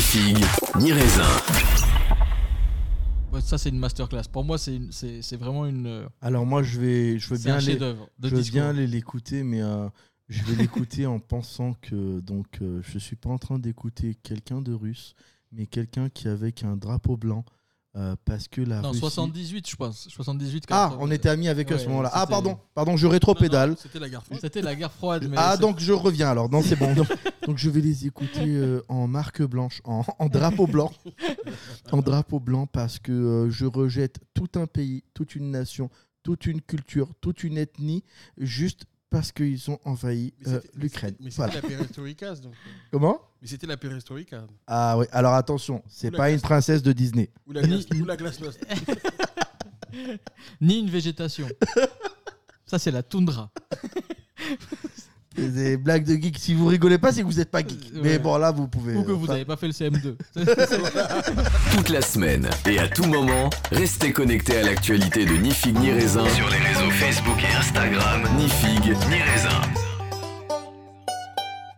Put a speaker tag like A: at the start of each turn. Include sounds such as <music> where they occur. A: figue, ni raisin.
B: Ouais, ça, c'est une masterclass. Pour moi, c'est une- c'est c'est vraiment une. euh,
C: Alors moi, je vais, je veux
B: C'est
C: bien
B: un
C: aller,
B: chef-d'œuvre de
C: je veux
B: discours.
C: bien aller l'écouter, mais euh, je vais l'écouter en pensant que donc euh, je suis pas en train d'écouter quelqu'un de russe, mais quelqu'un qui est avec un drapeau blanc euh, parce que la
B: Non,
C: Russie.
B: 78, je pense. 78,
C: Ah,
B: 80.
C: on était amis avec eux à ce
B: Ouais,
C: moment-là. Ah
B: c'était-
C: pardon, pardon, je
B: Non, non,
C: rétropédale.
B: C'était la guerre froide. C'était la guerre froide. mais
C: Ah
B: c'est-
C: donc je reviens alors, non c'est bon. Donc, donc, je vais les écouter euh, en marque blanche, en, en drapeau blanc, en drapeau blanc parce que euh, je rejette tout un pays, toute une nation, toute une culture, toute une ethnie juste parce qu'ils ont envahi
D: Mais
C: euh,
D: c'était- mais
C: l'Ukraine.
D: c'était- Mais c'était
C: Voilà.
D: la perestroïka. donc. euh,
C: Comment
D: Mais c'était la perestroïka.
C: Ah oui. Alors attention, c'est
D: Oula,
C: pas une princesse de Disney.
D: Ou la glace- ou la glasnost.
B: Ni une
C: <laughs>
B: végétation. ça, c'est la toundra.
C: C'est des blagues de geek. Si vous rigolez pas, c'est que vous êtes pas geek.
B: Euh, ouais.
C: Mais bon là, vous pouvez.
B: Ou que vous
C: enfin,
B: n'avez pas fait le CM2.
A: Toute la semaine et à tout moment, restez connectés à l'actualité de Ni Figue Ni Raisin sur les réseaux Facebook et Instagram. Ni Figue Ni Raisin.